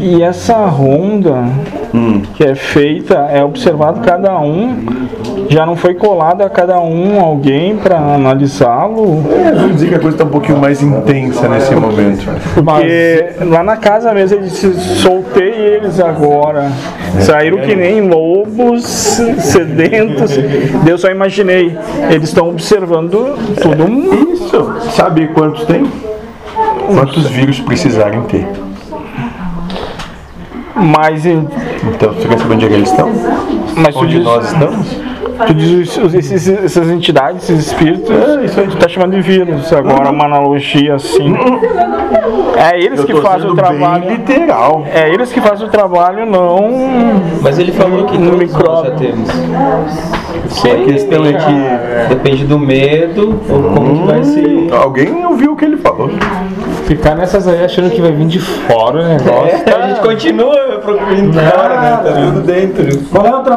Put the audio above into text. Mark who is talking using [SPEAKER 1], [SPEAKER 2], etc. [SPEAKER 1] E essa ronda
[SPEAKER 2] Hum.
[SPEAKER 1] que é feita, é observado cada um, já não foi colado a cada um alguém para analisá-lo?
[SPEAKER 2] É, vamos dizer que a coisa está um pouquinho mais intensa nesse momento.
[SPEAKER 1] Porque lá na casa mesmo ele disse, soltei eles agora. Saíram que nem lobos sedentos. Eu só imaginei. Eles estão observando todo mundo.
[SPEAKER 2] Isso. Sabe quantos tem? Quantos vírus precisarem ter?
[SPEAKER 1] Mas, em-
[SPEAKER 2] Então, você quer saber onde é que eles estão?
[SPEAKER 1] mas tu
[SPEAKER 2] Onde
[SPEAKER 1] diz,
[SPEAKER 2] nós estamos?
[SPEAKER 1] tu diz os- os- esses- essas entidades, esses espíritos,
[SPEAKER 2] É, isso aí.
[SPEAKER 1] tu tá chamando de vírus agora, uma analogia assim. É eles que
[SPEAKER 2] Tô
[SPEAKER 1] fazem
[SPEAKER 2] sendo
[SPEAKER 1] o trabalho.
[SPEAKER 2] Bem literal.
[SPEAKER 1] É eles que fazem o trabalho, não.
[SPEAKER 3] Mas ele falou que
[SPEAKER 1] No
[SPEAKER 3] todos nós
[SPEAKER 1] micróbio.
[SPEAKER 3] já temos. Só
[SPEAKER 2] A questão é que- Hum.
[SPEAKER 3] Depende do medo ou como que vai se...
[SPEAKER 2] Alguém ouviu o que ele falou.
[SPEAKER 4] Ficar nessas aí achando que vai vir de fora o negócio.
[SPEAKER 3] então
[SPEAKER 4] Então,
[SPEAKER 3] É, a gente continua procurando fora, né? Tá tudo dentro.